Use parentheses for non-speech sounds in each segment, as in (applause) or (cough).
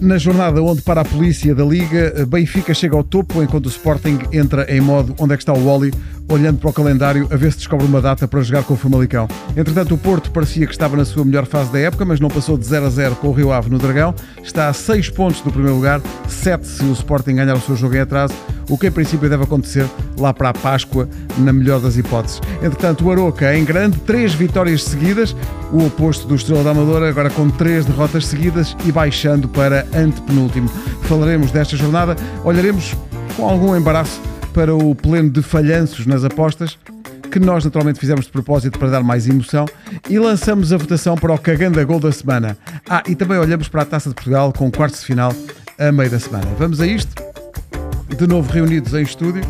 Na jornada onde para a polícia da Liga, Benfica chega ao topo enquanto o Sporting entra em modo onde é que está o Oli, olhando para o calendário a ver se descobre uma data para jogar com o Famalicão. Entretanto, o Porto parecia que estava na sua melhor fase da época, mas não passou de 0 a 0 com o Rio Ave no Dragão. Está a 6 pontos do primeiro lugar, 7 se o Sporting ganhar o seu jogo em atraso, o que em princípio deve acontecer lá para a Páscoa, na melhor das hipóteses. Entretanto, o Aroca em grande, 3 vitórias seguidas, o oposto do Estrela da Amadora, agora com 3 derrotas seguidas e baixando para antepenúltimo. Falaremos desta jornada, olharemos com algum embaraço para o pleno de falhanços nas apostas, que nós naturalmente fizemos de propósito para dar mais emoção, e lançamos a votação para o Caganda Gol da semana. Ah, e também olhamos para a Taça de Portugal com quartos de final a meio da semana. Vamos a isto? De novo reunidos em estúdio,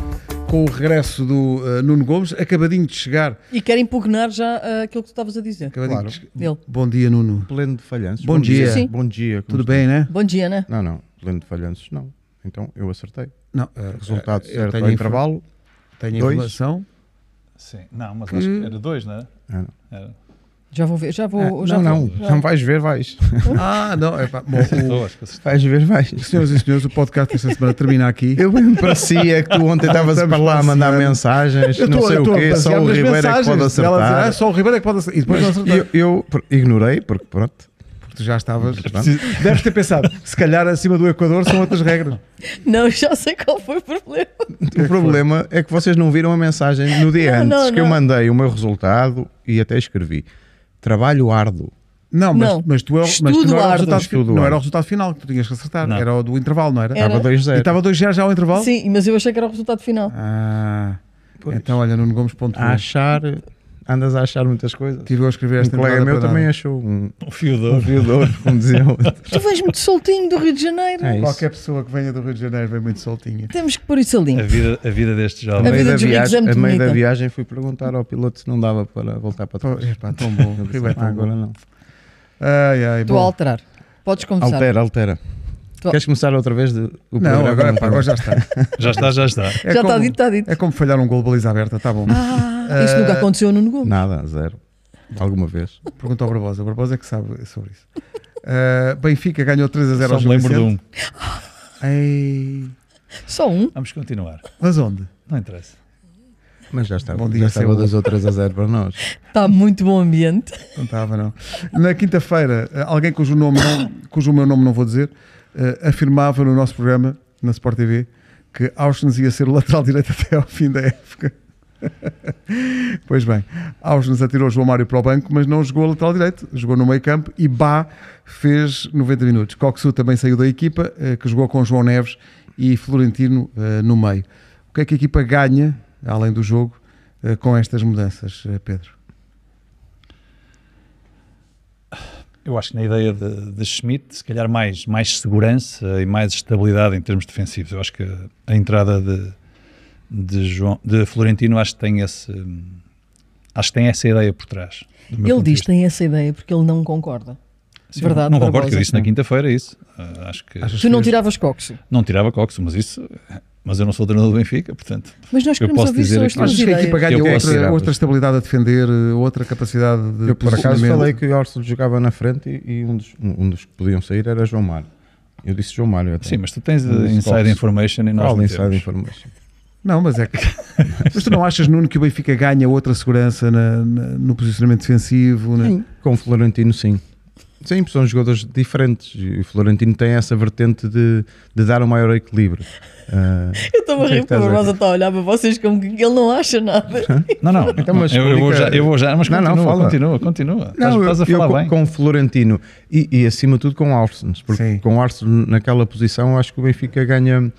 com o regresso do eh, Nuno Gomes, acabadinho de chegar. E quero impugnar já ah, aquilo que tu estavas a dizer. Acabadinho Claro. de che- Ele. Bom dia, Nuno. Pleno de falhanços. Bom dia. Sim. Bom dia. como Tudo está? bem, né? Bom dia, né? Não, não. Pleno de falhanços, não. Então, eu acertei. Não, Resultado É, eu certo Eh, tenho ao info- intervalo. Tenho Dois. informação. Sim, não, mas acho Hum. que era dois, não é? Ah, não, Era. Já vou ver, já vou. Ah, já não, vou- não. já- Não vais (laughs) ver, vais. Ah, não, é pá. Bom, o- Acertou, acho que (laughs) acertou. Vais ver, vais. senhoras e senhores, o podcast esta semana termina aqui. Eu lembro para si é que tu ontem estavas para lá a mandar mensagens, Eu não tô- sei eu o tô a quê, só basear o nas Ribeiro é que mensagens pode dela a dizer, "Ah, acertar. só o Ribeiro é que pode acertar. E depois não Mas acertar. eu, eu pr- ignorei, porque (laughs) pronto. Porque já estavas. Pronto. Deves ter pensado, se calhar acima do Equador são outras regras. Não, já sei qual foi o problema. O problema é que vocês não viram a mensagem no dia Não, antes não, que eu não. mandei o meu resultado e até escrevi. Trabalho árduo. Não, mas, Não. mas tu, é- mas tu Estudo não, era o, árduo. resultado, fi- Estudo não era o árduo. resultado final que tu tinhas que acertar. Não. Era o do intervalo, não era? Era. Estava E 2-0. estava 2 já já ao intervalo? Sim, mas eu achei que era o resultado final. Ah, Pois. então olha, Nuno Gomes pontuou. a achar, andas a achar muitas coisas. Estive eu a escrever um esta colega entrada meu para também nada. achou um, Um fio de um ouro. viador, como dizia o outro. Tu vens muito soltinho do Rio de Janeiro. É isso. Qualquer pessoa que venha do Rio de Janeiro vem muito soltinha. Temos que pôr isso ali. A vida, a vida deste A A (laughs) jovem. meio, vida da dos ricos é viagem, a muito meio da bonita. viagem fui perguntar ao piloto se não dava para voltar para Pô, trás. Epá, tão bom. Ele disse, Ribeiro, "Ah, tão bom. agora não. Ai, ai, Estou a bom. alterar. Podes começar. Altera, altera. Tu- Queres começar outra vez? De, o Não, programa? agora, pá, agora já (laughs) está. Já está, já está. É já está como- dito, está dito. É como falhar um gol de baliza aberta, está bom. Ah, isso Eh, nunca aconteceu no Nuno Nada, zero. Alguma vez. Pergunta ao Barbosa. O Barbosa é que sabe sobre isso. Uh, Benfica ganhou 3 a 0 Só ao me Gil lembro de Vicente. um. Ei, Só um. Vamos continuar. mas onde? Não interessa. Mas já estava. Bom dia, já estava seu- das outras a zero para nós. Está muito bom ambiente. Não estava, não. Na quinta-feira, uh, alguém cujo, nome não, cujo meu nome não vou dizer, uh, afirmava no nosso programa, na Sport TV, que Auschwitz ia ser o lateral direito (laughs) até ao fim da época. (laughs) pois bem, Auschwitz atirou João Mário para o banco, mas não jogou a lateral direito, jogou no meio campo e Bá fez 90 minutos. Coxu também saiu da equipa, uh, que jogou com João Neves e Florentino uh, no meio. O que é que a equipa ganha, além do jogo, uh, com estas mudanças, uh, Pedro? Eu acho que na ideia de, de Schmidt, se calhar mais, mais segurança e mais estabilidade em termos defensivos. Eu acho que a entrada de, de, João, de Florentino acho que tem esse. Acho que tem essa ideia por trás. do meu Ele ponto de diz vista. que tem essa ideia porque ele não concorda. Sim, Verdade, Não concordo que eu Barbosa. disse na quinta-feira isso. Ah, acho que Achas Tu não que- tiravas coxo. não tirava coxo, mas isso. Mas eu não sou treinador do Benfica, portanto. Mas nós Eu queremos posso ouvir dizer só as aqui- tuas Achas que a equipa ideias. ganha Eu outra, considerava. outra estabilidade a defender, eh, outra capacidade de Eu, por acaso, posicionamento? falei que o Orson jogava na frente e, e um, dos, um- um dos que podiam sair era João Mário. Eu disse João Mário até. Sim, mas tu tens eh, Mas inside Coxo. information e nós Qual não inside temos. information? Não, mas é que. (laughs) mas tu não achas, Nuno, que o Benfica ganha outra segurança na- na- no posicionamento defensivo? né? na- Sim, com o Florentino, sim. Sim, são jogadores diferentes e o Florentino tem essa vertente de, de dar um maior equilíbrio. Ah, Eu estou O a que é que rir porque estás o a Barbosa está a olhar para vocês como que ele não acha nada. (laughs) Não, não. Então, mas eu, eu vou já, explica- eu vou já, mas Não, não, continua, fala. continua, continua. Estás- eu- estás a eu falar com, bem. com o Florentino e, e, acima de tudo com o Alston, porque Sim. com o Alston naquela posição eu acho que o Benfica ganha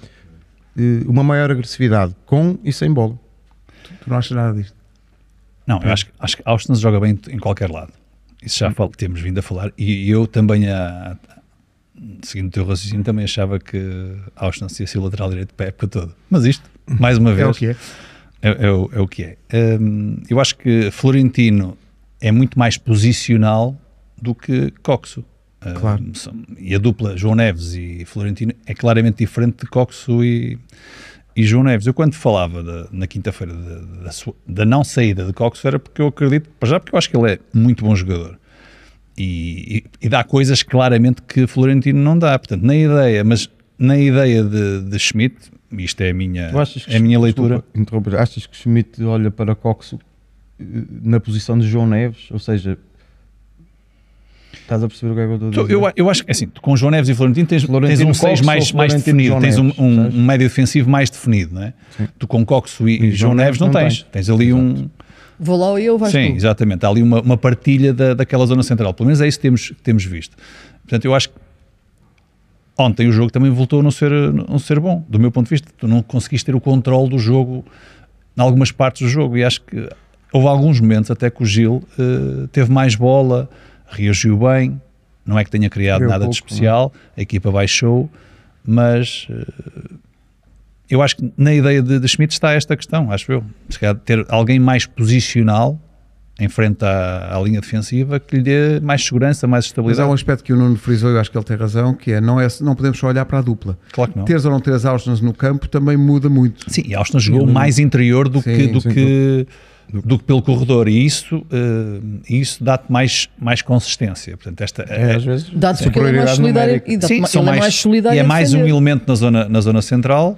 eh, uma maior agressividade com e sem bola. Tu não achas nada disto? Não, eu acho, que- acho que Austin se joga bem em qualquer lado. Isso já fal- temos vindo a falar. E eu também, a- a- seguindo o teu raciocínio, também achava que Austin ia ser o lateral direito para a época toda. Mas isto, mais uma vez, É o que é. é, é o, é o que é. Hum, eu acho que Florentino é muito mais posicional do que Coxo. Hum, Claro. são- e a dupla João Neves e Florentino é claramente diferente de Coxo e, e João Neves. Eu quando falava da- na quinta-feira da, da sua- da não saída de Coxo era porque eu acredito, para já porque eu acho que ele é muito bom jogador. e, e- e dá coisas claramente que Florentino não dá. Portanto, na ideia, mas na ideia de, de Schmidt, isto é a minha, Tu achas que- é a minha desculpa, leitura. interromper. achas que Schmidt olha para Coxo eh, na posição de João Neves? Ou seja, estás a perceber o que é que eu estou a Tu- dizer? Eu, eu acho que assim, tu com João Neves e Florentino tens, Florentino tens um Cox 6 ou mais, mais Florentino definido, João tens um, Neves, um- sabes? um médio defensivo mais definido, não é? Tu com Cox e, e João Neves não tens. Tens ali um. Vou lá ou eu, vais Sim, tu. exatamente. Há ali uma, uma partilha da, daquela zona central. Pelo menos é isso que temos, que temos visto. Portanto, eu acho que ontem o jogo também voltou a não ser, não ser bom. Do meu ponto de vista, tu não conseguiste ter o controle do jogo em algumas partes do jogo. E acho que houve alguns momentos até que o Gil eh, teve mais bola, reagiu bem. Não é que tenha criado Criou nada de pouco, especial, a equipa baixou, mas eh, eu acho que na ideia de, de Schmidt está esta questão, acho eu. Se calhar ter alguém mais posicional em frente à, à linha defensiva que lhe dê mais segurança, mais Mas há estabilidade. um aspecto que o Nuno frisou e eu acho que ele tem razão, que é não, é, não podemos só olhar para a dupla. Claro que não. Teres ou não teres Austin no campo também muda muito. Sim, e Austin jogou mais interior do, Sim, que, do, sim, que, do que pelo corredor e isso, eh, isso dá-te mais, mais consistência. Portanto, esta É, é- às vezes. Dá-te porque ele é mais superioridade solidário. numérica. E dá-te Sim, ma- são ele é mais- mais solidário. e é a mais um defender. elemento na zona, na zona central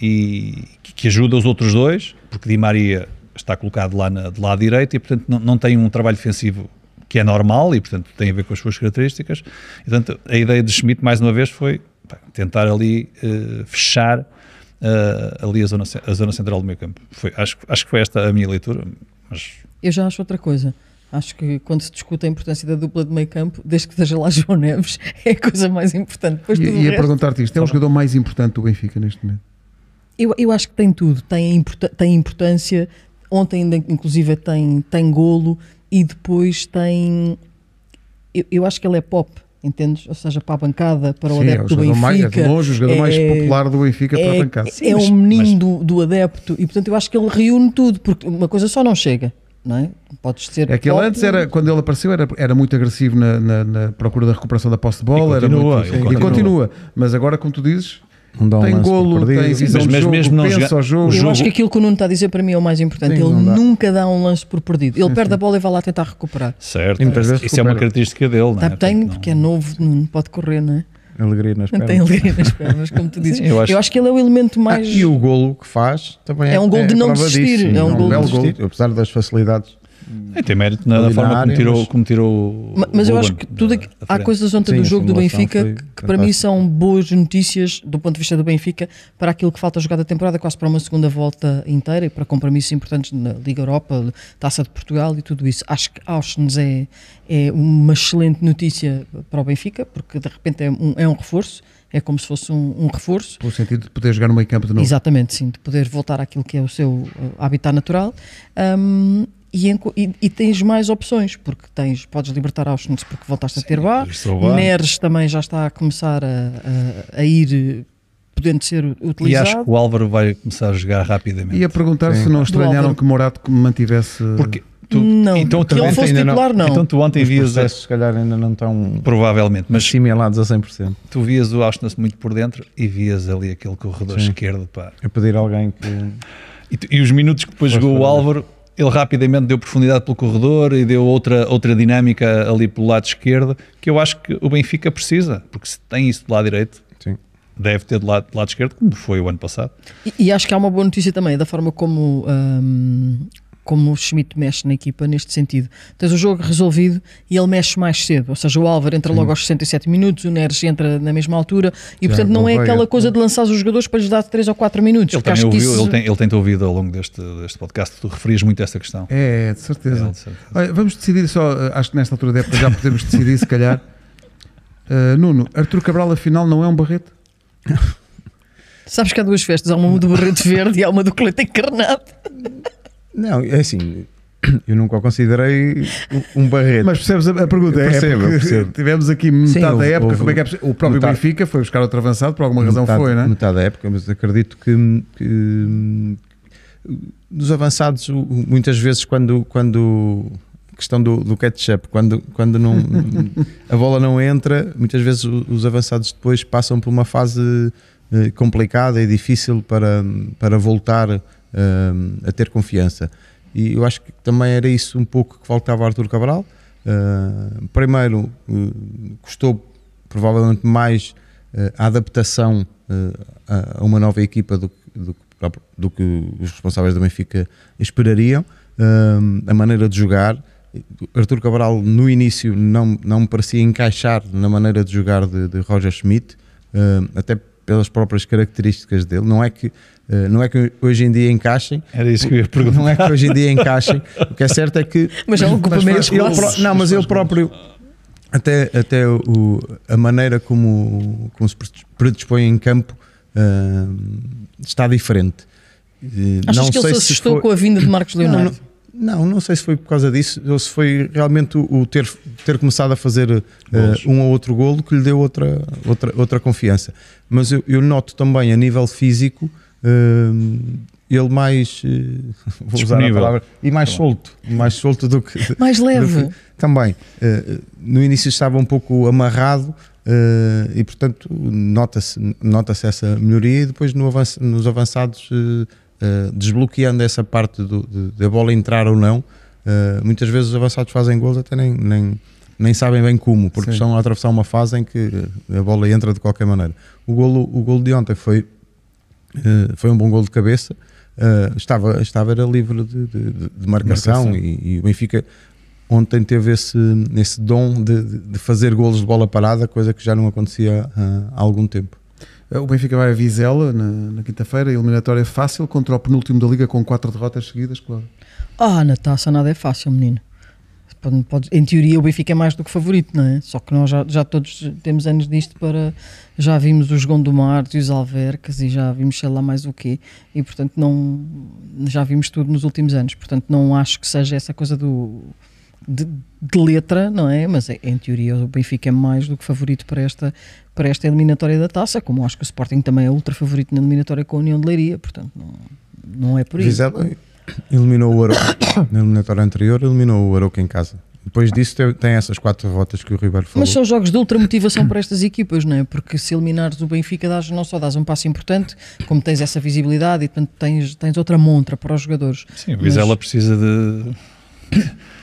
e que, que ajuda os outros dois, porque Di Maria está colocado lá na, de lado direito e, portanto, não, não tem um trabalho defensivo que é normal e, portanto, tem a ver com as suas características. E, portanto, a ideia de Schmidt, mais uma vez, foi pá, tentar ali eh, fechar eh, ali a zona, ce- a zona central do meio campo. Foi, acho, que- acho que foi esta a minha leitura, mas Eu já acho outra coisa. Acho que quando se discute a importância da dupla de meio campo, desde que esteja lá (laughs) João Neves, é a coisa mais importante. Depois E, tudo o e a resto- perguntar-te isto: é o jogador mais importante do Benfica neste momento? eu, eu acho que tem tudo. Tem, a importa- tem importância. Ontem, ainda, inclusive, tem, tem golo e depois tem. Eu, eu acho que ele é pop, entendes? Ou seja, para a bancada, para o Sim, é o adepto do jogador Benfica. mais, é de longe o jogador mais é- popular do Benfica para a bancada. é mas- um menino mas- do, do adepto e portanto eu acho que ele reúne tudo, porque uma coisa só não chega, não é? Podes ser. É que ele top, antes era, quando ele apareceu, era, era muito agressivo na, na- na procura da recuperação da posse de bola. E continua, era muito, ele e continua. continua. Mas agora, como tu dizes, Não dá um tem lance por golo, perdido. tem visão Mas de mesmo- jogo, mesmo não pensa jogar- ao jogo. o Eu jogo- acho que aquilo que o Nuno está a dizer para mim é o mais importante. Sim, ele não dá. nunca dá um lance por perdido. Ele perde a bola e vai lá tentar recuperar. certo, E muitas isso, vezes isso é uma recupera. característica dele. Não é? Tá, tem, Portanto, não- porque é novo, Nuno, pode correr, não é? Alegria nas Não pernas. tem alegria nas pernas, como tu dizes. Sim, eu, eu acho... acho- que ele é o elemento Ah, mais. e o golo que faz também é É um golo de não prova desistir, disso. é um golo de belo desistir. golo, apesar das facilidades. É, tem mérito na, Ali na na forma área, como tirou, mas- como tirou Ma- Mas o eu Ruben acho que tudo da- aqui, da há frente. coisas ontem Sim, do eh, a jogo do simulação Benfica foi que, que para mim fantástica. são boas notícias do ponto de vista do Benfica para aquilo que falta jogar da temporada, quase para uma segunda volta inteira e para compromissos importantes na Liga Europa, Taça de Portugal e tudo isso. Acho que Auschwitz é, é uma excelente notícia para o Benfica, porque de repente é um, é um reforço, é como se fosse um- um reforço. Pelo sentido de poder jogar no meio campo de novo. Exatamente, sim, de poder voltar àquilo que é o seu uh, habitat natural. Hum, e, enco- e- e tens mais opções, porque tens, podes libertar Auschwitz porque voltaste a ter bar. podes ter o VAR. Neres também já está a começar a, a- a ir eh, podendo ser E acho utilizado. que o Álvaro vai começar a jogar rapidamente. E é a perguntar se não estranharam Álvaro. que Morato que mantivesse. Porque tu, Não, então, que tu ele ontem- fosse ainda não- titular, não. então tu ontem Os vias, a- processos, se calhar, ainda não estão provavelmente, mas assimilados a 100%. tu vias o Austin muito por dentro e vias ali aquele corredor Sim. esquerdo. Pá. A É pedir alguém que. E, tu- e os minutos que depois Posso jogou o falar. Álvaro, ele rapidamente deu profundidade pelo corredor e deu outra, outra dinâmica ali pelo lado esquerdo, que eu acho que o Benfica precisa, porque se tem isso do lado direito, Sim. deve ter do lado, do lado esquerdo, como foi o ano passado. E, e acho que há uma boa notícia também da forma como, hum, como o Schmidt mexe na equipa neste sentido. Tens o jogo resolvido e ele mexe mais cedo. Ou seja, o Álvaro entra logo aos 67 minutos, o Neres entra na mesma altura e, portanto, não é Gouveia, aquela tudo. coisa de lançar os jogadores para lhes dar 3 ou 4 minutos. Ele porque acho também que ouviu, isso- ele tem, ele tem-te ouvido ao longo deste, deste podcast, tu referias muito a essa questão. É, de certeza. É, de certeza. Olha, vamos decidir só, eh, acho que nesta altura da época já podemos decidir, se calhar. Eh, Nuno, Artur Cabral afinal não é um barreto? Sabes que há duas festas, há uma do Barreto Verde e há uma do Colete Encarnado. Não, é assim. Eu nunca o considerei um barreto. Mas percebes a, a pergunta? Eu é, percebo, porque eu percebo. Tivemos aqui metade Sim, da houve- época, houve como é que é possível? O próprio metade- Benfica foi buscar outro avançado, por alguma razão metade, foi, não é? Metade da época, mas acredito que, que- dos avançados, o- o- muitas vezes, quando. quando questão do, do catch-up, quando, (laughs) quando não, a bola não entra, muitas vezes o- os avançados depois passam por uma fase eh, complicada e difícil para, para voltar eh, a ter confiança. E eu acho que também era isso um pouco que faltava a Arthur Cabral. Eh, Uh, primeiro, uh, custou provavelmente mais uh, a adaptação eh, a, a uma nova equipa do, do, do que os responsáveis do Benfica esperariam, Eh, a maneira de jogar. Artur Cabral, no início, não, não me parecia encaixar na maneira de jogar de, de Roger Schmidt, eh, até pelas próprias características dele. Não é que não é que hoje em dia encaixem. Era isso que (laughs) eu ia perguntar. Não é que hoje em dia encaixem. o que é certo é que. (laughs) Mas um ele ocupa meio espaço. Não, mas ele próprio. Até, até o, a maneira como, como se predispõe em campo uh, está diferente. Achas não que ele se assustou foi... com a vinda de Marcos Leonardo? Não, não, não, sei se foi por causa disso ou se foi realmente o, o ter, ter começado a fazer uh, um ou outro golo que lhe deu outra, outra, outra confiança. Mas eu, eu noto também a nível físico Uh, ele mais uh, (laughs) vou Disponível. usar a palavra e mais tá solto, mais solto do que mais leve que, também. Uh, no início estava um pouco amarrado eh, e portanto nota-se nota essa melhoria e depois no avanço, nos avançados eh, desbloqueando essa parte do, de, da bola entrar ou não. eh, muitas vezes os avançados fazem gols até nem, nem nem sabem bem como, porque Sim. estão a atravessar uma fase em que eh, a bola entra de qualquer maneira. O golo, o golo de ontem foi Uh, foi um bom gol de cabeça. Uh, estava, estava era livre de, de, de marcação, marcação. E, e, o Benfica ontem teve esse, esse dom de, de, fazer golos de bola parada, coisa que já não acontecia uh, há algum tempo. eh, O Benfica vai a Vizela na, na quinta-feira, eliminatória fácil contra o penúltimo da Liga com quatro derrotas seguidas, claro. Ah, na taça nada é fácil, menino. Pode, pode, em teoria o Benfica é mais do que favorito, não é? Só que nós já, já todos temos anos disto para já vimos os Gondomares e os Alvercas e já vimos sei lá mais o quê e portanto não já vimos tudo nos últimos anos, portanto não acho que seja essa coisa do de, de letra, não é? Mas em teoria o Benfica é mais do que favorito para esta, para esta eliminatória da taça, como acho que o Sporting também é ultra favorito na eliminatória com a União de Leiria, portanto não, não é por isso. Gisela, eliminou o Aroca na eliminatória anterior, eliminou o Aroca em casa. Depois disso tem, tem essas quatro derrotas que o Ribeiro falou. Mas são jogos de ultra motivação para estas equipas, não é? Porque se eliminares o Benfica, dás, não só dás um passo importante, como tens essa visibilidade e portanto tens, tens outra montra para os jogadores. Sim, o Vizela Mas... precisa de...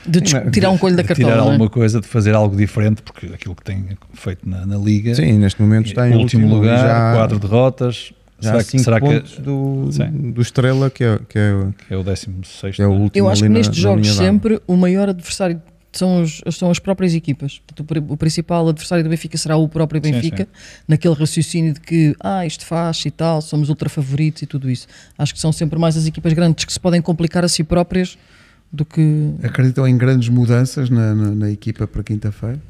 de tirar um colho da cartola. Tirar é? alguma coisa, de fazer algo diferente, porque aquilo que tem feito na, na Liga. é Sim, neste momento está em último lugar, já... quatro derrotas, já será que, será que do, sim. do Estrela, que é, que é, que é o 16. É o último Eu acho que na, nestes jogos linha sempre o maior adversário são, os, são as próprias equipas. Portanto, o principal adversário do Benfica será o próprio Benfica, sim, sim. naquele raciocínio de que ah, isto faz e tal, somos ultra favoritos e tudo isso. Acho que são sempre mais as equipas grandes que se podem complicar a si próprias do que. Acreditam em grandes mudanças na, na, na equipa para quinta-feira?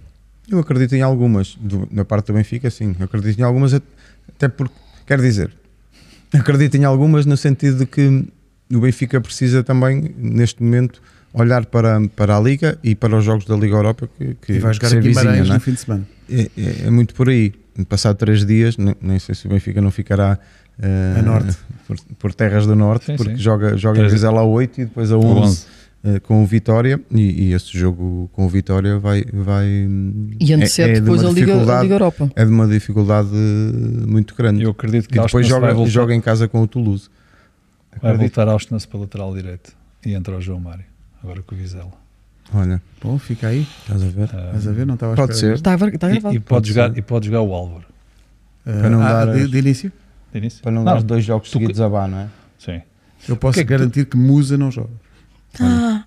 Eu acredito em algumas, do, na parte do Benfica, sim. Eu acredito em algumas, até porque Quer dizer, (laughs) acredito em algumas no sentido de que o Benfica precisa também, neste momento, olhar para, para a Liga e para os jogos da Liga Europa que, que, e vai jogar que aqui vizinha, Maranhos é? no fim de semana. É, é, é muito por aí. Passado três dias, nem, nem sei se o Benfica não ficará uh, a norte. Por, por, terras do norte, sim, porque sim. joga, joga a Vizela a 8 e depois a 11. 11. Uh, com o Vitória e, e este jogo com o Vitória vai, vai e antecede é, é depois de a, Liga, a Liga, Europa é de uma dificuldade muito grande eu acredito que e depois joga, joga em casa com o Toulouse vai acredito. voltar Austin para o lateral direito e entra o João Mário agora com o Vizela olha bom fica aí estás a ver ah, estás a ver não estava pode ser está, está Tá gravado Ah, e, e pode, pode jogar ser. e pode jogar o Álvaro uh, para não ah, dar de, de, início de início para não, não dar dois jogos seguidos que... a bar não é sim eu posso que garantir que, tu... que Musa não joga ah.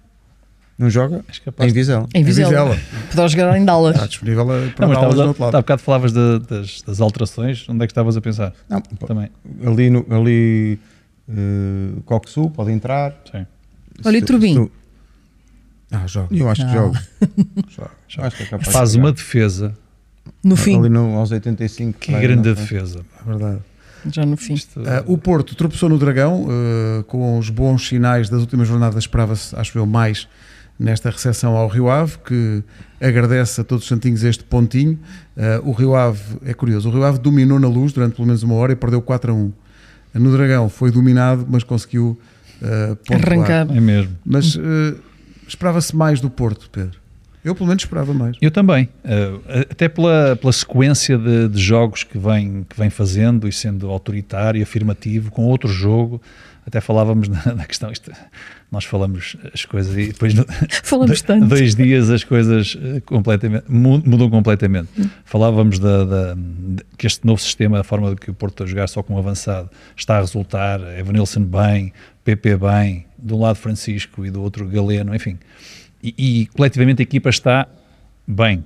Não joga? É em Vizela. Em Vizela. Poderá jogar em Dallas. Está disponível eh, para não, Dallas a, do outro lado. Há bocado falavas de, das, das, alterações. Onde é que estavas a pensar? Não, também. Ali, no, ali uh, Coxu pode entrar. Sim. Olha o Turbinho. Ah, joga. Eu acho Não. que (laughs) joga. joga. Acho que é capaz Faz de uma defesa. No fim. Ali no, aos 85. Que grande defesa. É verdade. Já no fim. Uh, o Porto tropeçou no Dragão, uh, com os bons sinais das últimas jornadas, esperava-se, acho eu, mais nesta recepção ao Rio Ave, que agradece a todos os santinhos este pontinho. Uh, o Rio Ave, é curioso, o Rio Ave dominou na luz durante pelo menos uma hora e perdeu 4 a 1. No Dragão foi dominado, mas conseguiu eh, arrancar. É mesmo. Mas esperava-se mais do Porto, Pedro. Eu pelo menos esperava mais. Eu também. eh, até pela, pela sequência de, de jogos que vem, que vem fazendo e sendo autoritário, afirmativo, com outro jogo. Até falávamos (laughs) na, na questão. isto- nós falamos as coisas e depois, no- Falamos do- tanto. dois dias, as coisas eh, completamente, mu- mudam completamente. Hum. Falávamos da, da- de- que este novo sistema, a forma de que o Porto está a jogar só com um avançado, está a resultar. Evanilson bem, PP bem, de um lado Francisco e do outro Galeno, enfim. E, e coletivamente a equipa está bem.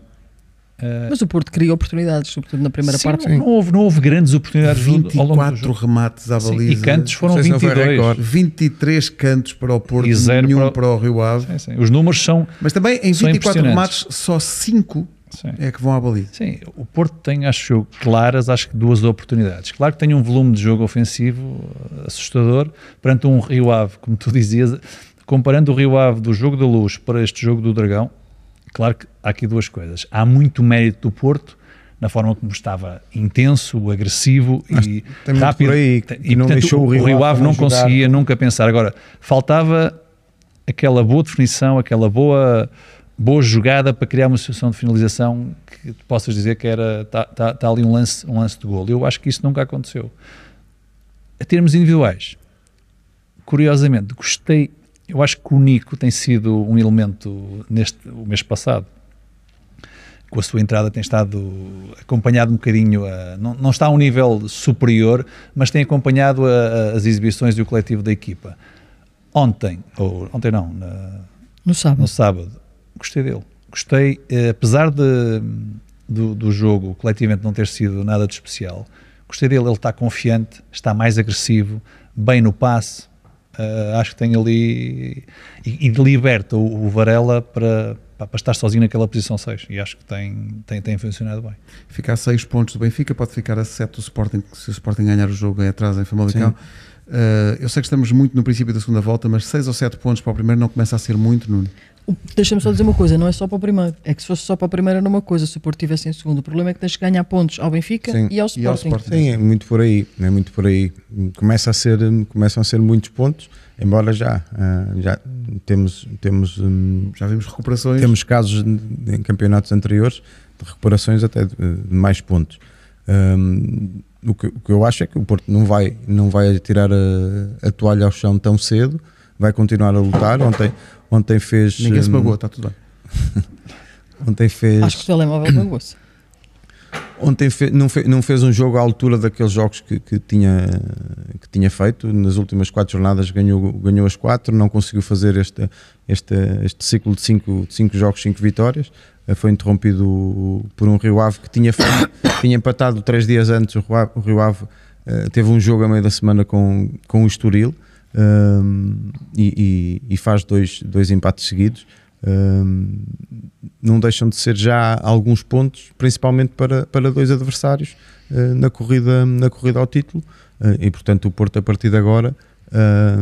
Mas o Porto criou oportunidades, sobretudo na primeira Sim, parte. não, não houve, não houve grandes oportunidades ao- ao longo do 24 jogo. remates à Sim, baliza. e cantos foram Não sei se não foi 22. recorde. 23 cantos para o Porto, E zero nenhum para o- para... o Rio Ave. Sim, sim. Os números são. Mas também em São 24 impressionantes. remates, só 5 Sim. é que vão à baliza. Sim, o Porto tem, acho eu, claras, acho que duas oportunidades. Claro que tem um volume de jogo ofensivo eh, assustador perante um Rio Ave, como tu dizias, comparando o Rio Ave do jogo da Luz para este jogo do Dragão, claro que há aqui duas coisas. Há muito mérito do Porto na forma como estava intenso, agressivo e tem muito rápido. por aí, que Tem- não deixou o Rio Ave Ave não também jogar. conseguia nunca pensar. Agora, faltava aquela boa definição, aquela boa, boa jogada para criar uma situação de finalização que tu possas dizer que era tá, tá, tá ali um lance, um lance de golo. Eu acho que isso nunca aconteceu. A termos individuais, curiosamente, gostei. Eu acho que o Nico tem sido um elemento neste o mês passado. Com a sua entrada tem estado acompanhado um bocadinho, a- não, não está a um nível superior, mas tem acompanhado a- a- as exibições e o coletivo da equipa. Ontem, ou ontem não, na- No sábado. no sábado, gostei dele. Gostei, eh, apesar de, do, do jogo coletivamente não ter sido nada de especial, gostei dele. Ele está confiante, está mais agressivo, bem no passe. eh, acho que tem ali e, e liberta o, o Varela para, pá, para estar sozinho naquela posição 6 e acho que tem, tem, tem funcionado bem. Fica a 6 pontos do Benfica, pode ficar a 7 do Sporting, se o Sporting ganhar o jogo é atrás em Famalicão. Eh, eu sei que estamos muito no princípio da segunda volta, mas 6 ou 7 pontos para o primeiro não começa a ser muito, Nuno. O- Deixa-me só dizer uma coisa, não é só para o primeiro. É que se fosse só para o primeiro era uma coisa, se o Porto estivesse em segundo. O problema é que tens que ganhar pontos ao Benfica Sim, e ao e ao Sporting. Sporting. Sim, é muito por aí, é muito por aí. Começa a ser, começam a ser muitos pontos, embora já, ah, já temos, temos, hum, Já vimos recuperações. temos casos de- em campeonatos anteriores de recuperações até de, de mais pontos. Hum, o, que, o que eu acho é que o Porto não vai, não vai tirar a, a toalha ao chão tão cedo, vai continuar a lutar. Ontem, ontem fez. Ninguém se hum, magoou, está tudo bem. Ontem fez. Acho que o telemóvel magoou-se. Ontem fe- não, fe- não fez um jogo à altura daqueles jogos que, que tinha, que tinha feito. Nas últimas quatro jornadas ganhou, ganhou as quatro, não conseguiu fazer este, este, este ciclo de cinco, de cinco jogos, cinco vitórias. Eh, Foi interrompido por um Rio Ave que tinha, feito- (coughs) tinha empatado três dias antes. O Rio Ave, o Rio Ave, eh, teve um jogo a meio da semana com, com o Estoril ehm, e, e- e faz dois, dois empates seguidos. Ehm, não deixam de ser já alguns pontos, principalmente para, para dois adversários eh, na, corrida, na corrida ao título. Eh, e portanto, o Porto, a partir de agora, ah,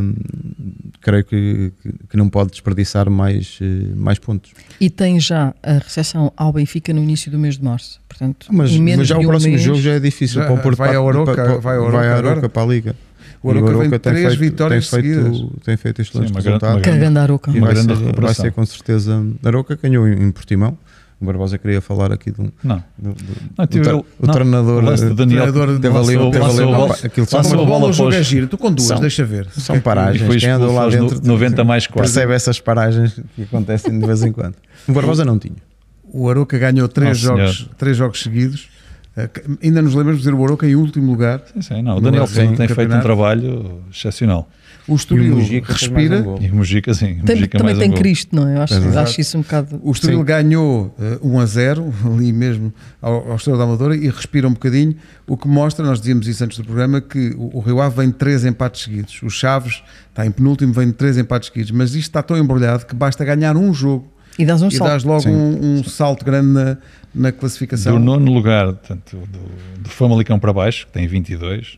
creio que, que- que não pode desperdiçar mais, eh, mais pontos. E tem já a recepção ao Benfica no início do mês de março. Portanto, Mas, em mas menos já de o um próximo mês, jogo já é difícil Já para o Porto. vai para- ao Aroca, para- vai ao Aroca vai à Aroca agora. para a Liga. O Aroca E vem de tem três feito- vitórias tem seguidas. feito, tem feito Sim, excelentes uma grande- resultados. uma grande- Cagando a Aroca. E Uma vai, grande ser, vai recuperação. ser com certeza. Aroca ganhou em, em Portimão. O Barbosa queria falar aqui de um. Não, do- do- Não, o, tive tre- Tipo, eu- o não, treinador. eh, o lance do Daniel treinador teve ali- um- lançou- teve ali- lançou a bola- aquilo só- lançou a bola o jogo para é os- giro, tu com duas, São- deixa ver. São E paragens. foi Quem andou expulso lá aos dentro é, no- 90 mais 4. percebe essas paragens que acontecem de vez em quando. O Barbosa não tinha. O Aroca ganhou três, Nossa jogos, três jogos seguidos. Eh, ainda nos lembramos de dizer o Aroca em último lugar. Sim, sim, não. O No Daniel lance Souza do tem feito um campeonato. trabalho excepcional. O Estoril Mujica fez mais respira. um gol. E o Mujica, sim. o Tem- Mujica também mais tem um gol. Cristo, não é? Eu acho, Pois é. acho isso um bocado. O Estoril Sim. ganhou eh, 1 a 0 (laughs) ali mesmo ao, ao Estoril da Amadora e respira um bocadinho, o que mostra, nós dizíamos isso antes do programa, que o, o Rio Ave vem de três empates seguidos. O Chaves está em penúltimo, vem de três empates seguidos, mas isto está tão embrulhado que basta ganhar um jogo E dás um e salto. dás logo Sim. um, um salto grande na, na classificação. Do nono lugar, portanto, do, do Famalicão para baixo, que tem 22.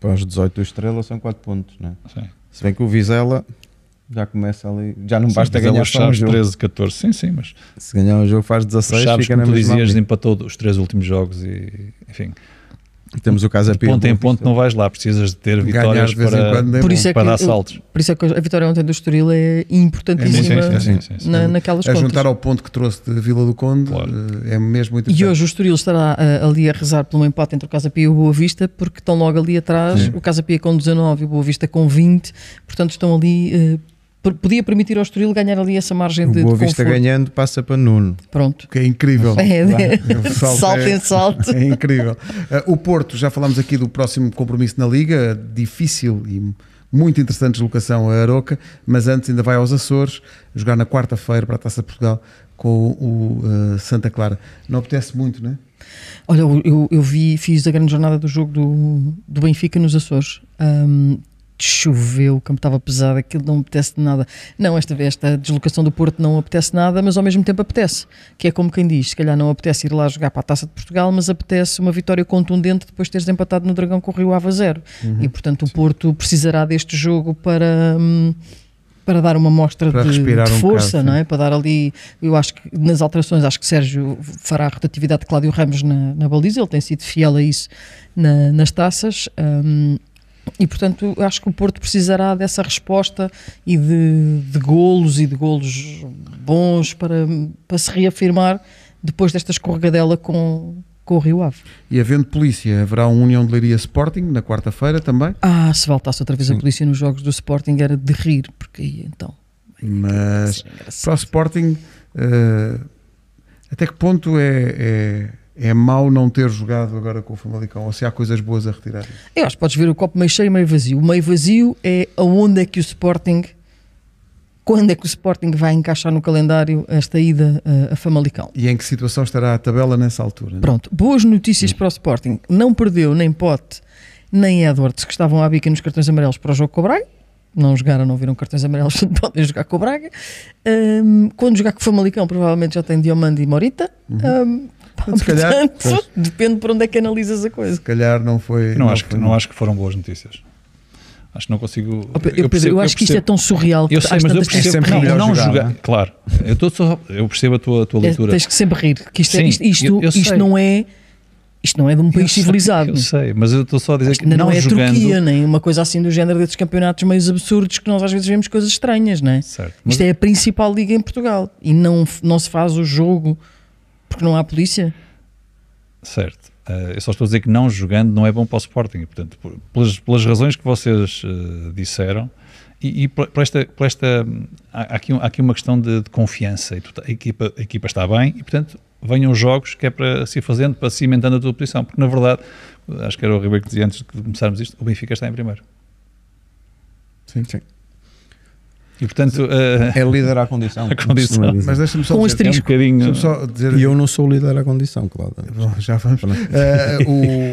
Para os 18 estrelas são 4 pontos, né? Sim. Se bem que o Vizela já começa ali. Já não basta Sim, mas ganhar os só um Chaves jogo. 13, 14. Sim, sim, mas Se ganhar um jogo faz os 16, Chaves, fica na como tu mesma. dizias, linha. empatou os três últimos jogos e, enfim, Temos o caso a De ponto em ponto não vais lá, precisas de ter Ganhar vitórias de vez em para, quando é Por bom. isso é que para dar eu- saltos. Por isso é que a vitória ontem do Estoril é importantíssima É, sim, sim, sim, sim, sim. É na- naquelas A contas. juntar ao ponto que trouxe de Vila do Conde Claro. eh, é mesmo muito E importante. hoje o Estoril estará ah, ali a rezar pelo empate entre o Casa Pia e o Boa Vista, porque estão logo ali atrás, o Casa Pia com 19 e o Boa Vista com 20, portanto estão ali. eh, p- podia permitir ao Estoril ganhar ali essa margem de, O de Boa conforto. Vista ganhando passa para Nuno. Pronto. que é incrível. É, O salto salto é- em (laughs) salto. É incrível. Eh, o Porto, já falámos aqui do próximo compromisso na Liga, difícil e muito interessante deslocação a Aroca, mas antes ainda vai aos Açores, jogar na quarta-feira para a Taça de Portugal com o eh, Santa Clara. Não apetece muito, né? Olha, eu, eu- eu vi, fiz a grande jornada do jogo do, do Benfica nos Açores. Ahm, choveu, o campo estava pesado, aquilo não me apetece de nada. Não, esta vez, esta deslocação do Porto não apetece nada, mas ao mesmo tempo apetece. Que é como quem diz: se calhar não apetece ir lá jogar para a taça de Portugal, mas apetece uma vitória contundente depois de teres empatado no Dragão com o Rio Ave a zero. Uhum. E portanto, o Porto precisará deste jogo para. hum, para dar uma mostra Para de, respirar de um força, bocado, não sim. é? Para dar ali, eu acho que nas alterações, acho que Sérgio fará a rotatividade de Cláudio Ramos na, na baliza, ele tem sido fiel a isso na- nas taças. hum, e portanto, eu acho que o Porto precisará dessa resposta e de, de golos e de golos bons para, para se reafirmar depois desta escorregadela com, com o Rio Ave. E havendo polícia, haverá um União de Leiria Sporting na quarta-feira também, Ah, se voltasse outra vez a polícia nos jogos do Sporting era de rir, porque aí então. mas assim, era para o Sporting, eh, até que ponto é, é, é mau não ter jogado agora com o Famalicão? Ou se há coisas boas a retirar? Eu acho que podes ver o copo meio cheio e meio vazio. O meio vazio é aonde é que o Sporting, quando é que o Sporting vai encaixar no calendário esta ida eh, a Famalicão. E em que situação estará a tabela nessa altura? né? Pronto, boas notícias Hum. para o Sporting. Não perdeu nem Pote, nem Edwards, que estavam à bica nos cartões amarelos para o jogo com o Braga. Não jogaram, não viram cartões amarelos, (laughs) portanto podem jogar com o Braga. Ahm, quando jogar com o Famalicão, provavelmente já tem Diomandi e Morita. Uhum. Ahm, pá, Se calhar, portanto, depende por onde é que analisas a coisa. Se calhar não foi. Eu não, acho que, foi- não acho que foram boas notícias. Acho que não consigo. Oh, Pedro, eu, Pedro, eu acho que isto é percebo- tão surreal que Eu sei, às mas eu tantas tens- percebo sempre não, melhor não jogar, jogar. não é? Claro, eu, tô só, eu percebo a tua, a tua É, leitura. Tens que sempre rir, que isto, é, Sim, isto, isto, eu- eu isto sei. não é isto não é de um país Eu sei, civilizado. Eu sei, mas eu estou só a dizer que Ainda não, é jogando. Turquia, nem uma coisa assim do género desses campeonatos meios absurdos que nós às vezes vemos coisas estranhas, não é? Certo, mas- Isto é a principal liga em Portugal e não, f- não se faz o jogo porque não há polícia. Certo. Eh, eu só estou a dizer que não jogando não é bom para o Sporting. E, Portanto, por- pelas, pelas razões que vocês eh, disseram, e, e por, por esta, por esta hum, há, há aqui, um- há aqui uma questão de, de confiança. E tu tá- a, equipa, a equipa está bem e, portanto, venham jogos que é para se ir fazendo, para cimentando a tua posição. Porque, na verdade, acho que era o Ribeiro que dizia antes de começarmos isto, o Benfica está em primeiro. Sim, sim. E, portanto, (laughs) eh, É líder à (laughs) condição. À condição. como se costuma dizer. Mas é- deixa-me só dizer. Com é um asterisco. bocadinho... deixa-me só dizer- um. E eu não sou líder à condição, claro. (laughs) Bom, já vamos. Eh,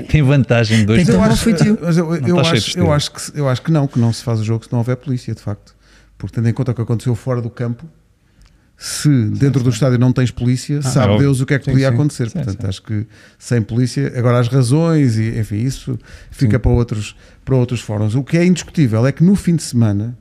o- Tem vantagem de dois. Mas eu Tem Então não acho- foi teu. mas eu- eu tá cheio de acho- eu estilo. acho que se- eu acho que não, que não se faz o jogo se não houver polícia, de facto. Porque tendo em conta o que aconteceu fora do campo, se dentro do estádio não tens polícia, sabe Ah, óbvio. Deus o que é que Sim, podia sim. acontecer. Sim, Portanto, acho que sem polícia, agora as razões e enfim, isso fica para outros, para outros fóruns. O que é indiscutível é que no fim de semana,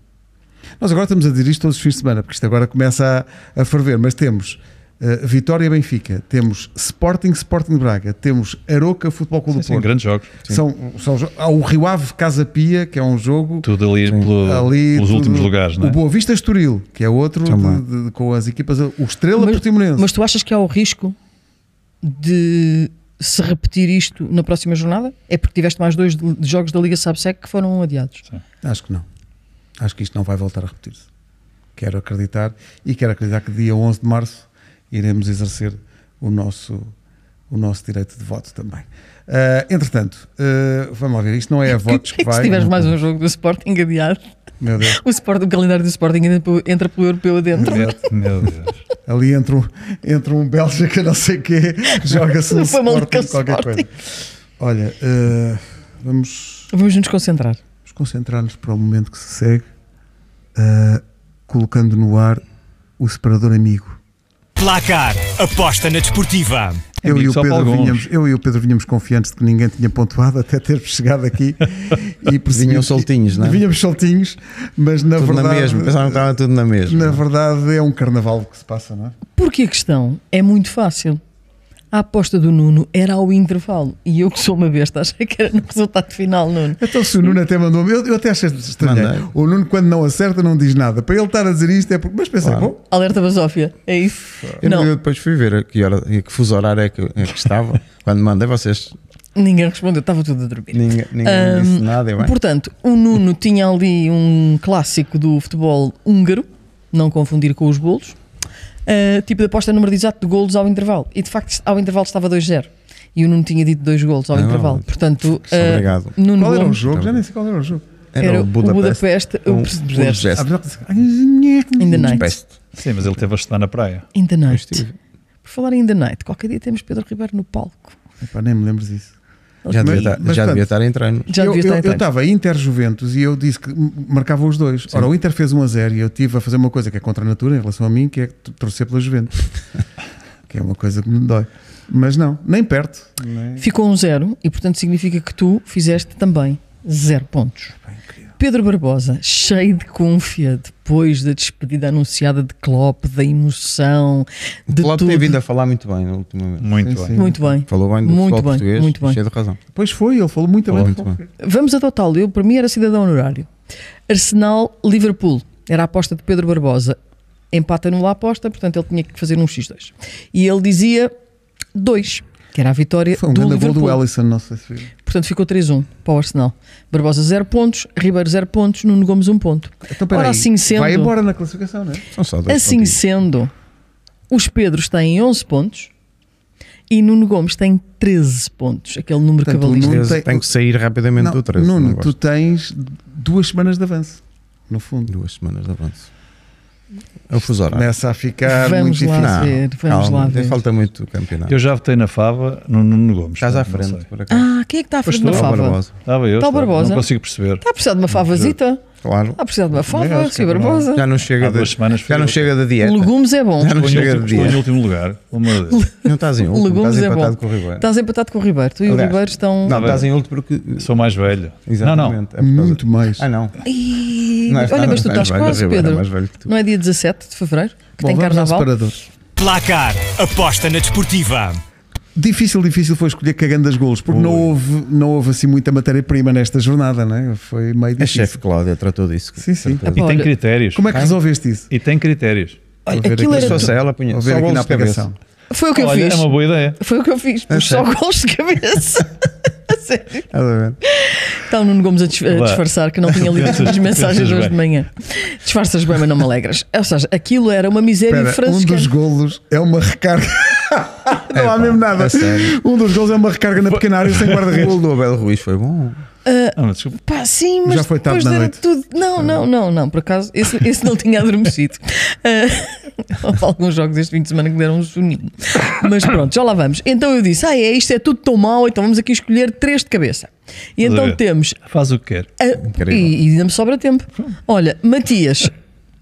nós agora estamos a dizer isto todos os fins de semana, porque isto agora começa a, a ferver, mas temos. eh, Vitória Benfica, temos Sporting Sporting de Braga, temos Aroca Futebol Clube Sim, do Porto, sim, grandes jogos. são, são, jo- há o Rio Ave Casa Pia, que é um jogo Tudo ali, pelo- ali. pelos tudo- últimos lugares, não é? O Boa Vista Estoril, que é outro de- Também. de- com as equipas. O Estrela Mas- Portimonense. Mas tu achas que há o risco de se repetir isto na próxima jornada? É porque tiveste mais dois de- de jogos da Liga Sabsec que foram adiados. Acho que não. Acho que isto não vai voltar a repetir-se. Quero acreditar e quero acreditar que dia 11 de março iremos exercer o nosso, o nosso direito de voto também. Ah, entretanto, ah, vamos lá ver. Isto não é a votos que É que se vai. tiveres mais um jogo do Sporting adiado, Meu Deus. o, Sporting, o calendário do Sporting ainda po- entra pelo europeu adentro. Meu Deus. Ali entre um, entre um Bélgica, não sei o quê, joga-se um Foi maluco Sporting, o qualquer Sporting. coisa. Olha, eh, vamos, Vamos nos concentrar. vamos concentrar-nos para o momento que se segue, eh, colocando no ar o separador amigo. Placar. Aposta na desportiva. Eu Amigo e, o só para Pedro alguns. vinhamos, eu e o Pedro vinhamos confiantes de que ninguém tinha pontuado até termos chegado (laughs) aqui e percebi Vinham que- soltinhos, não é? Vinhamos soltinhos, mas na Tudo na É verdade mesma. Pensavam que estava tudo na mesma. na verdade é um carnaval que se passa, não é? Porque a questão é muito fácil. A aposta do Nuno era ao intervalo e eu que sou uma besta achei que era no resultado final, Nuno. Então se o Nuno até mandou-me, eu, eu até achei estranho. Mandei. O Nuno, quando não acerta, não diz nada. Para ele estar a dizer isto é porque. Mas pensei, Claro. bom, Alerta Basófia, é isso? Eu, não, eu depois fui ver a que, hora, a que fuso horário é que, é que estava. (laughs) quando mandei vocês, ninguém respondeu, estava tudo a dormir. ninguém, ninguém Ahm, disse nada. Eu, bem, Portanto, o Nuno (laughs) tinha ali um clássico do futebol húngaro, não confundir com os bolos, ah, tipo de aposta número de exato de golos ao intervalo. E de facto, ao intervalo estava 2-0. E o Nuno tinha dito dois golos ao Ah, intervalo. Portanto, Só ah, obrigado. Nuno qual era o Gomes jogo? Já nem sei qual era o jogo. era o Budapeste, o um- Budapeste. Ah, Budapeste. mas eu disse, "Ah, in the night. Budapeste. Sim, mas ele teve a estudar na praia. In the Eu night. é estive. Por falar em in the night, qualquer dia temos Pedro Ribeiro no palco. Epá, nem me lembro disso. Já, Mas- devia, estar, mas já devia portanto, estar em treino. Já eu, devia eu, estar em eu treino. estava Inter-Juventus e eu disse que m- marcava os dois. Ora, o Inter fez 1 a 0 e eu tive a fazer uma coisa que é contra a natura em relação a mim, que é t- torcer pela (laughs) Juventus. que é uma coisa que me dói. Mas não, nem perto. Ficou um zero e, portanto, significa que tu fizeste também zero pontos. Pedro Barbosa, cheio de confia depois da despedida anunciada de Klopp, da emoção, de Klopp tudo. tem vindo a falar muito bem ultimamente. Muito Sim, bem. sim. Muito bem. Falou bem do Muito futebol bem, português, muito bem. cheio de razão. Pois foi, ele falou muito bem. Muito bem. Vamos adotá-lo. Eu, para mim, era cidadão honorário. Arsenal-Liverpool. Era a aposta de Pedro Barbosa. Empata nula aposta, portanto, ele tinha que fazer um X2. E ele dizia 2, que era a vitória Foi um do grande gol do Liverpool. Ellison, não sei se viu. Portanto, ficou 3-1 para o Arsenal. Barbosa 0 pontos, Ribeiro 0 pontos, Nuno Gomes 1 ponto. Então, peraí, Ora, assim sendo- vai embora na classificação, não é? São só dois Assim pontinhos. sendo, os Pedros têm 11 pontos e Nuno Gomes tem 13 pontos, aquele número Portanto, o cabalístico. Nuno- Treze, tem- Tenho que sair rapidamente Não, do 13. Nuno, não tu gosto. tens duas semanas de avanço, no fundo. Duas semanas de avanço. É o fuso horário. Começa a ficar muito Vamos difícil. lá ver, vamos calma, lá ainda ver. Falta muito o campeonato. Eu já votei na Fava no Nuno Gomes. Estás à portanto, não frente, sei. por acaso. Ah, quem é que está à frente Pois da estou, fava? Barbosa. Estava eu. Está o estava- Barbosa. Não consigo perceber. Está a precisar de uma favazita? Claro. Está a precisar de uma Não, fava, acho que Sr. é Barbosa? Já não chega Há de, duas semanas já foi não eu. chega da dieta. Legumes é bom. Já (laughs) não Estou em, chega último, de estou em dieta. último lugar. pelo amor de Deus. Não estás em último. Legumes um, Estás é bom. empatado com o Ribeiro. Estás empatado com o Ribeiro. Tu e o Aliás, Ribeiro estão. Não, bem. estás em último porque. Sou mais velho. Não, não. Exatamente. é por causa- Muito mais. Ah, não. Ih, Não, está olha, mas tu mais estás velho, quase, Ribeiro, é Pedro. mais velho que tu. Não é dia 17 de fevereiro? Que Bom, tem vamos ao carnaval? separador. Placar, aposta na desportiva. Difícil, difícil foi escolher cagando as golos, porque não Ui. houve, não houve assim muita matéria-prima nesta jornada, não é? Foi meio A difícil. chefe Cláudia tratou disso. com Sim, sim. certeza. E tem Olha, critérios. Como é que resolveste isso? E tem critérios. Olha, Vou ver aquilo aqui. era Se Só tudo. fosse ela, punha Vou só ver aqui golos na de cabeça. aplicação. Foi o que eu Olha, fiz. é uma boa ideia. Foi o que eu fiz, pus só golos de cabeça. (laughs) A sério. Estás a ver? Está o Então, Nuno Gomes a, dis- a Vá. disfarçar que não tinha lido Pensas- as mensagens pensas hoje bem. de manhã. Disfarças bem, mas não me alegras. Ou seja, aquilo era uma miséria Espera, um franciscana. dos golos é uma (laughs) recarga. não há Epá, mesmo nada. a É, sério. Um dos golos é uma recarga na pequena área (laughs) sem (laughs) O guarda-redes. gol do Abel Ruiz foi bom. Ah, mas desculpa. Pá, sim, mas Já foi tarde depois na era noite. tudo. Não, não, não, não, por acaso, esse, esse não tinha adormecido. Ah, (laughs) houve alguns jogos este fim de semana que deram um soninho. Mas pronto, já lá vamos. Então eu disse: ah, é, isto é tudo tão mau, então vamos aqui escolher três de cabeça. E Estás a então ver? temos. Faz o que quer. a- Incrível. É, e, e ainda me sobra tempo. Olha, Matias.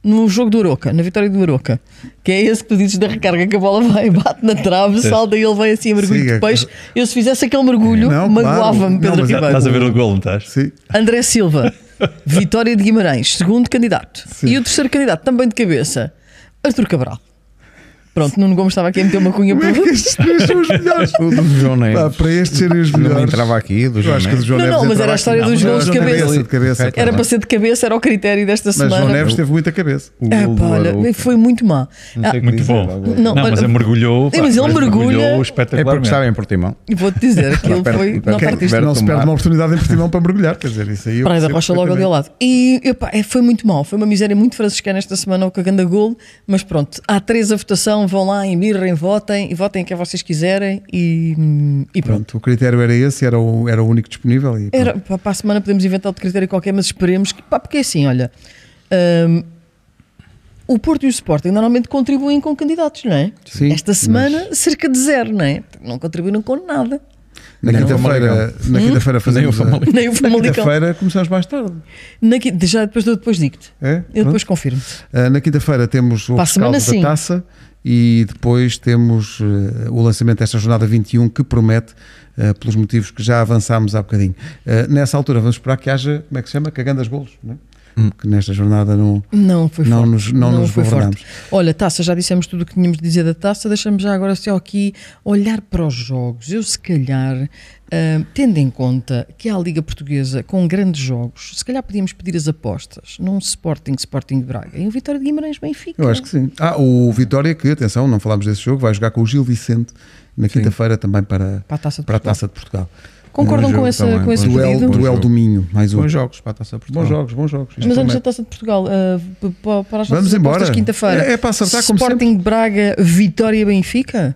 No jogo do Oroca, na vitória do Oroca, que é esse que tu dizes da recarga que a bola vai, bate na trave, salta e ele vai assim a mergulho Siga. de peixe. Eu, se fizesse aquele mergulho, Não, claro. magoava-me, Não, Pedro mas é- Ribeiro. Estás a ver o gol, não estás? Sim. André Silva, Vitória de Guimarães, segundo candidato. Sim. E o terceiro candidato, também de cabeça, Arthur Cabral. Pronto, Nuno Gomes estava aqui a meter uma cunha Como é que (laughs) por. estes três são os melhores? O do João é- Neves. Pá, para estes serem os Não melhores. entrava aqui, do Eu João É acho que o do Neves. João né? Não, não, Neves mas entrava era a aqui. história Não, dos mas golos o de João Neves cabeça. de cabeça. Era claro. para ser de cabeça, era o critério desta Mas semana. João Neves teve muita cabeça. O Ah, gol do pá, olha, Arouca. foi muito má. Ah, Não sei o que Muito dizer, bom. o gol do Não, Não, mas olha- ele mergulhou. Sim, mas ele mergulha- mergulhou É porque espetacularmente. estava em Portimão. E vou-te dizer, aquilo perto- foi. perto- Não perto- partiste. perto- Não se tomar. perde uma oportunidade em Portimão para mergulhar, quer dizer, isso aí. eu Praia da percebo Rocha logo ali ao perfeitamente. lado. E epá, é, foi muito mal, foi uma miséria muito franciscana esta semana, o cagando a golo, mas pronto, há três a votação, vão lá, emirrem, votem, e votem quem vocês quiserem e, e pronto. Pronto, o critério era esse, era o, era o único disponível. E, Era, pá, para a semana podemos inventar outro critério qualquer, mas esperemos que. Pá, porque é assim, olha. hum, o Porto e o Sporting normalmente contribuem com candidatos, não é? Sim, Esta semana, cerca de zero, não é? Não contribuíram com nada. Na Nem o quinta-feira na Hum? quinta-feira fazemos. Nem a- o Famalicão. Nem o Na Famalicão. quinta-feira começamos mais tarde. Na quinta- já depois, eu depois digo-te. É? Eu Pronto. depois confirmo. Ah, Na quinta-feira temos o Para a rescaldo semana, sim. da taça e depois temos eh, o lançamento desta jornada 21 que promete, eh, pelos Ah, motivos que já avançámos há bocadinho. Eh, Nessa altura vamos esperar que haja, como é que se chama? Cagando as bolos, não é? Hum. que nesta jornada não, Não foi não forte. nos, não nos foi governámos. forte. Olha, taça, já dissemos tudo o que tínhamos de dizer da taça, deixamos já agora só aqui olhar para os jogos. Eu, se calhar, ah, tendo em conta que há a Liga Portuguesa com grandes jogos, se calhar podíamos pedir as apostas num Sporting, Sporting de Braga e um Vitória de Guimarães Benfica. Eu acho que sim. Ah, o Vitória, que, atenção, não falámos desse jogo, vai jogar com o Gil Vicente na quinta-feira também para, Para a Taça de para a Portugal. Taça de Portugal. Concordam Bom com, jogo essa, também, com esse bom jogo. pedido? Duelo, duelo do Minho, mais um. Bons jogos para a Taça de Portugal. Bons jogos, bons jogos. Isto Mas antes da promete. Taça de Portugal, ah, p- p- para as Vamos nossas embora. apostas quinta-feira. É- é para acertar, como Sporting de Braga, Vitória Benfica?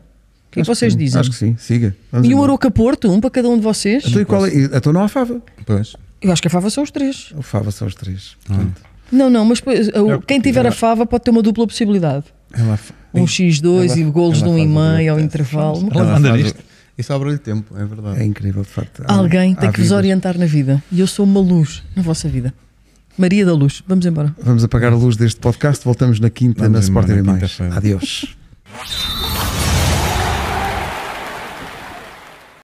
O que é que vocês dizem? Acho que sim, siga. Vamos E o embora. Aroca Porto, um para cada um de vocês? Então, e qual é? e- então não há fava. Pois. Ah. Eu acho que a fava são os três. O fava são os três. Portanto, Não, não, mas pois, o- Eu- quem tiver a fava pode ter uma dupla possibilidade. é Ela fa- Um X2 e ela- golos de ela um e faz o meio ao grupo. intervalo. Ela Ela manda faz o- nisto. E sobra-lhe tempo, é verdade. é incrível, de facto. Há- Alguém há tem que vos vidas. orientar na vida. E eu sou uma luz na vossa vida. Maria da Luz, vamos embora. Vamos apagar a luz deste podcast. Voltamos na quinta, Vamos na embora, Sporting na e mais. quinta-feira. Adeus.